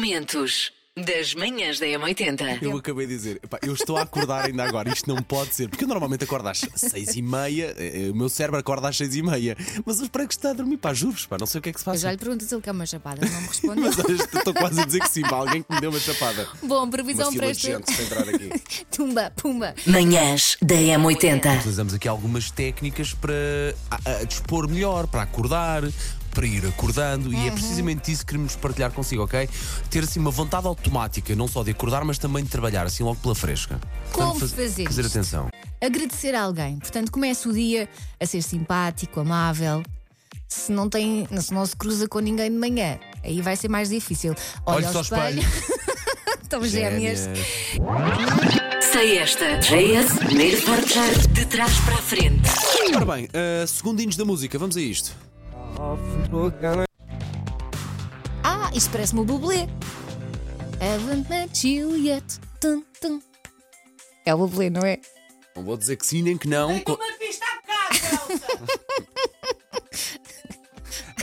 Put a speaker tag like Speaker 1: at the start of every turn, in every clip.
Speaker 1: Momentos das manhãs da M80.
Speaker 2: Eu acabei de dizer, "Epá, eu estou a acordar ainda agora, isto não pode ser, porque eu normalmente acordo às seis e meia, eh, o meu cérebro acorda às seis e meia, mas hoje parece que está a dormir, pá, juros, pá, não sei o que é que se
Speaker 3: Eu já
Speaker 2: passa.
Speaker 3: lhe pergunto se ele quer uma chapada, ele não me respondeu.
Speaker 2: Mas hoje estou quase a dizer que sim, pá, alguém que me deu uma chapada.
Speaker 3: Bom,
Speaker 2: Uma
Speaker 3: previsão
Speaker 2: fila
Speaker 3: para
Speaker 2: de
Speaker 3: este.
Speaker 2: gente, se entrar aqui.
Speaker 3: Tumba, pumba.
Speaker 1: Manhãs da M80.
Speaker 4: Utilizamos aqui algumas técnicas para a- a dispor melhor, para acordar, para ir acordando,
Speaker 3: Uhum.
Speaker 4: e é precisamente isso que queremos partilhar consigo, ok? Ter assim uma vontade automática, não só de acordar, mas também de trabalhar, assim logo pela fresca.
Speaker 3: Como
Speaker 4: faz-
Speaker 3: fazer
Speaker 4: Fazer
Speaker 3: isto?
Speaker 4: atenção.
Speaker 3: Agradecer a alguém. Portanto, comece o dia a ser simpático, amável. Se não, tem, se não se cruza com ninguém de manhã, aí vai ser mais difícil. Olha
Speaker 4: Olhe só
Speaker 3: ao
Speaker 4: ao espelho.
Speaker 3: espelho. Estão gêmeas.
Speaker 1: Sei esta. JS, primeiro portar de trás para a frente.
Speaker 2: Ora bem, eh, segundinhos da música, vamos a isto.
Speaker 3: Ah, isto parece-me o bublé. Haven't met you yet. Tum, tum. É o bublé, não é?
Speaker 2: Não vou dizer que sim nem que não. Co-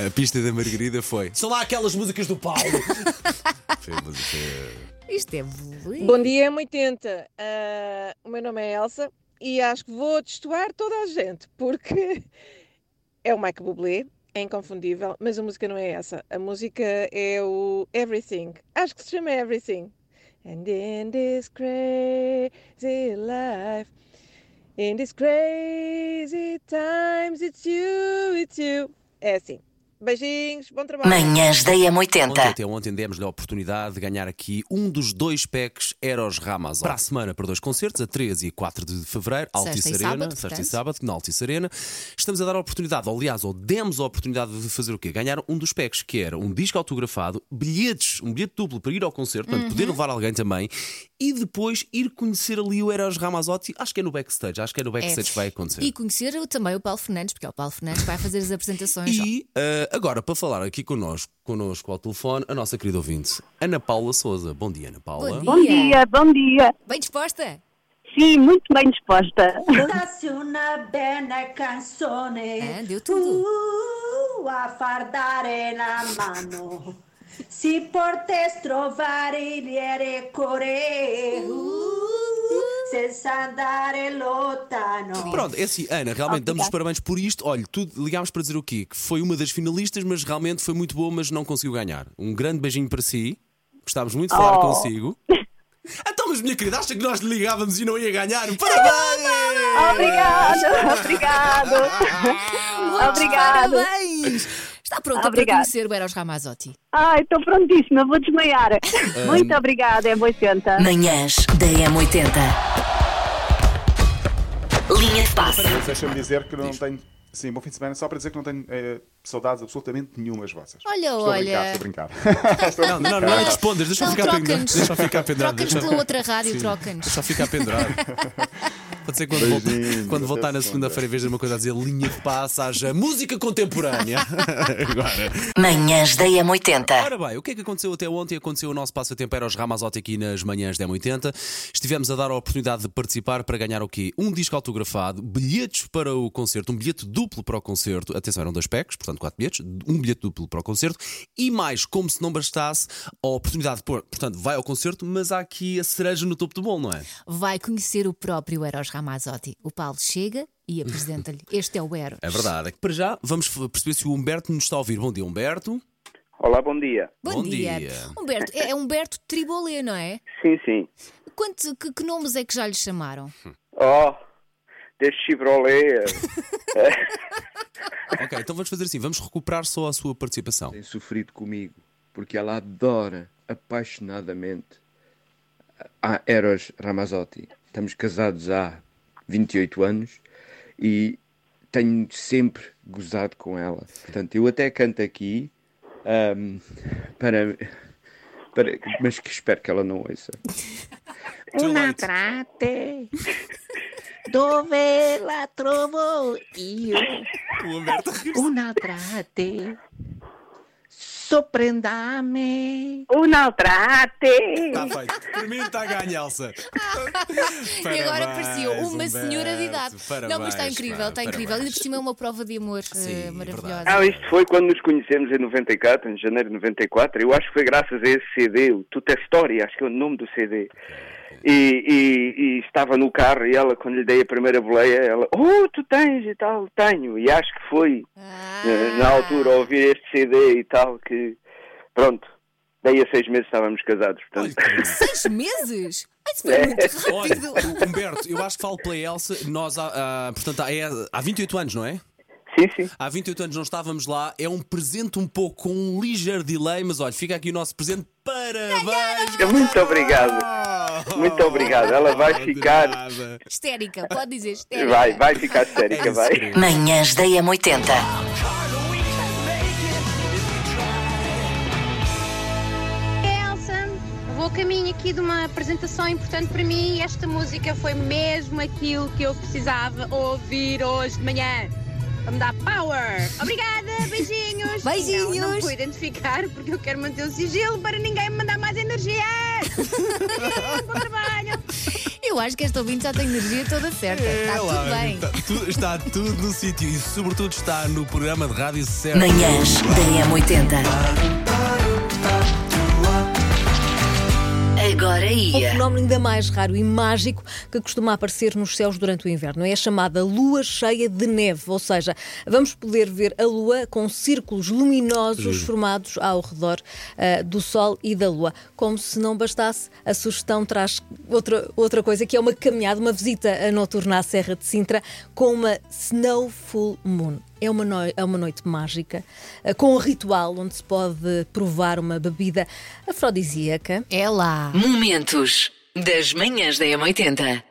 Speaker 2: A pista da Margarida foi. São lá aquelas músicas do Paulo. foi a música.
Speaker 3: Isto é bublé.
Speaker 5: Bom dia, M80. Ah, o meu nome é Elsa e acho que vou destoar toda a gente, porque é o Mike Bublé, é inconfundível, mas a música não é essa. A música é o Everything. Acho que se chama Everything. And in this crazy life, in these crazy times, it's you, it's you. É assim. Beijinhos, bom trabalho.
Speaker 1: Manhãs da
Speaker 2: Ontem,
Speaker 1: M80.
Speaker 2: até ontem demos-lhe a oportunidade de ganhar aqui um dos dois packs Eros Ramazon. Para a semana, para dois concertos, a 13 e 4 de fevereiro, Altice
Speaker 3: Sexta e
Speaker 2: Arena.
Speaker 3: sábado,
Speaker 2: sexta e
Speaker 3: portanto.
Speaker 2: sábado, na Altice Arena. Estamos a dar a oportunidade, ou, aliás, ou demos a oportunidade de fazer o quê? Ganhar um dos packs, que era um disco autografado, bilhetes, um bilhete duplo para ir ao concerto, portanto,
Speaker 3: Uhum.
Speaker 2: poder levar alguém também, e depois ir conhecer ali o Eros Ramazotti. Acho que é no backstage, acho que é no
Speaker 3: É.
Speaker 2: backstage que vai acontecer.
Speaker 3: E conhecer o- também o Paulo Fernandes, porque é o Paulo Fernandes que vai fazer as apresentações.
Speaker 2: E eh, agora, para falar aqui connosco, connosco ao telefone, a nossa querida ouvinte, Ana Paula Souza. Bom dia, Ana Paula.
Speaker 6: Bom dia, bom dia.
Speaker 3: Bem disposta?
Speaker 6: Sim, muito bem disposta.
Speaker 7: Darsi una bella canzone.
Speaker 3: Eh, dio tutto.
Speaker 7: Tu a far dare la mano. Si potesse trovare il ieri cuore. Uh, senza andare lontano.
Speaker 2: Pronto, é assim, Ana, realmente damos os parabéns por isto. Olha, tu ligámos para dizer o quê? Que foi uma das finalistas, mas realmente foi muito boa, mas não conseguiu ganhar. Um grande beijinho para si. Gostávamos muito de falar
Speaker 6: Oh.
Speaker 2: consigo. Então, mas minha querida, acha que nós lhe ligávamos e não ia ganhar? Parabéns!
Speaker 6: Obrigado, obrigado. Obrigado.
Speaker 3: Parabéns! Está pronta
Speaker 6: Obrigada.
Speaker 3: para conhecer o Eros Ramazotti.
Speaker 6: Ai, estou prontíssima, vou desmaiar. Muito obrigada, é 80.
Speaker 1: Manhãs da M80. Linha de passe.
Speaker 8: Deixa-me dizer que não tenho. Sim, bom fim de semana. Só para dizer que não tenho eh, saudades absolutamente nenhumas vossas.
Speaker 3: Olha,
Speaker 8: estou
Speaker 3: olha.
Speaker 8: A brincar, estou a brincar. estou a
Speaker 2: Não, não,
Speaker 8: brincar.
Speaker 2: não é que respondas, deixa-me
Speaker 3: Não,
Speaker 2: ficar pendurado.
Speaker 3: troca-nos.
Speaker 2: Deixa-me ficar pendurado.
Speaker 3: Troca-nos um
Speaker 2: deixa-me-
Speaker 3: pela outra rádio,
Speaker 2: Sim.
Speaker 3: troca-nos.
Speaker 2: Só ficar pendurado. Pode ser quando, volta-
Speaker 8: Beijinhos,
Speaker 2: quando
Speaker 8: até
Speaker 2: voltar na
Speaker 8: segunda.
Speaker 2: segunda-feira, em vez de uma coisa a dizer linha de passe, haja música contemporânea. Agora.
Speaker 1: Manhãs da M80.
Speaker 2: Ora bem, o que é que aconteceu até ontem? Aconteceu o nosso passatempo Eros Ramazotti aqui nas manhãs da 80 Estivemos a dar a oportunidade de participar para ganhar o quê? Um disco autografado, bilhetes para o concerto, um bilhete duplo para o concerto. Atenção, eram dois packs, portanto quatro bilhetes, um bilhete duplo para o concerto e mais, como se não bastasse, a oportunidade de pôr. Portanto, vai ao concerto, mas há aqui a cereja no topo do bolo, não é?
Speaker 3: Vai conhecer o próprio Eros Ramazotti. O Paulo chega e apresenta-lhe. Este é o Eros.
Speaker 2: É verdade. É que para já vamos f- perceber se o Humberto nos está a ouvir. Bom dia, Humberto.
Speaker 9: Olá, bom dia.
Speaker 3: Bom,
Speaker 2: Bom
Speaker 3: dia.
Speaker 2: dia.
Speaker 3: Humberto, é é Humberto Tribolê, não é?
Speaker 9: Sim, sim.
Speaker 3: Quanto, que, que nomes é que já lhe chamaram?
Speaker 9: Oh, desde Chevrolet.
Speaker 2: Ok, então vamos fazer assim, vamos recuperar só a sua participação.
Speaker 10: tem sofrido comigo, porque ela adora apaixonadamente a Eros Ramazzotti. Estamos casados há 28 anos e tenho sempre gozado com ela. Portanto, eu até canto aqui ahm, para, para. Mas que espero que ela não ouça.
Speaker 2: Too late.
Speaker 5: Trate dove la trovo io.
Speaker 2: O Humberto
Speaker 5: Una trate
Speaker 7: Surpreenda-me.
Speaker 6: O não trate.
Speaker 2: Está tá feito. Por mim está a ganhar, Elsa.
Speaker 11: e agora
Speaker 2: Parabéns,
Speaker 11: apareceu uma
Speaker 2: Humberto.
Speaker 11: senhora de idade. não, mas está
Speaker 2: Parabéns,
Speaker 11: incrível,
Speaker 2: pá,
Speaker 11: está incrível. Ainda
Speaker 2: parabéns.
Speaker 11: por cima é uma prova de amor eh,
Speaker 2: Sim, é
Speaker 11: maravilhosa.
Speaker 9: Ah, isto foi quando nos conhecemos em 94, em janeiro de 94. Eu acho que foi graças a esse CD, o Tuta História, acho que é o nome do CD. E, e- e estava no carro e ela, quando lhe dei a primeira boleia, ela, oh, tu tens e tal, tenho. E acho que foi
Speaker 3: Ah!
Speaker 9: eh, na altura ao ouvir este CD e tal que, pronto, daí a seis meses estávamos casados.
Speaker 2: Olha,
Speaker 9: Portanto,
Speaker 2: que lindo.
Speaker 11: Seis meses? Ai, isso foi muito
Speaker 9: É.
Speaker 2: Olha,
Speaker 11: rápido.
Speaker 2: Humberto, eu acho que falo pela Elsa. Nós, há, há- portanto, há, é- há 28 anos, não é?
Speaker 9: sim, sim.
Speaker 2: Há 28 anos não estávamos lá. É um presente um pouco com um ligeiro delay, mas olha, fica aqui o nosso presente. Parabéns!
Speaker 9: Muito obrigado.
Speaker 2: Oh,
Speaker 9: Muito obrigado. Ela vai
Speaker 2: de
Speaker 9: ficar-
Speaker 2: nada. É
Speaker 11: Histérica, pode dizer
Speaker 3: É.
Speaker 11: histérica.
Speaker 9: Vai, vai ficar histérica,
Speaker 2: isso,
Speaker 9: vai.
Speaker 2: querido.
Speaker 1: Manhãs da M80.
Speaker 5: Elsa, vou a caminho aqui de uma apresentação importante para mim e esta música foi mesmo aquilo que eu precisava ouvir hoje de manhã. Para me dar power. Obrigada, beijinhos.
Speaker 11: Beijinhos.
Speaker 5: Não, não me vou identificar porque eu quero manter o sigilo para ninguém me mandar mais energia. Bom trabalho.
Speaker 11: Eu acho que esta ouvinte já tem energia toda certa. Está
Speaker 2: É lá,
Speaker 11: tudo bem.
Speaker 2: Está tudo, está tudo no sítio e, sobretudo, está no programa de rádio certo.
Speaker 1: Manhãs da M80. Agora
Speaker 3: Um
Speaker 1: ia.
Speaker 3: fenómeno ainda mais raro e mágico que costuma aparecer nos céus durante o inverno. É a chamada lua cheia de neve, ou seja, vamos poder ver a lua com círculos luminosos formados ao redor ah, do sol e da lua. Como se não bastasse, a sugestão traz outra, outra coisa, que é uma caminhada, uma visita ah, noturna à Serra de Sintra com uma Snow Full Moon. É uma, noi- é uma noite mágica, ah, com um ritual onde se pode provar uma bebida afrodisíaca.
Speaker 11: É lá.
Speaker 1: Momentos das manhãs da M80.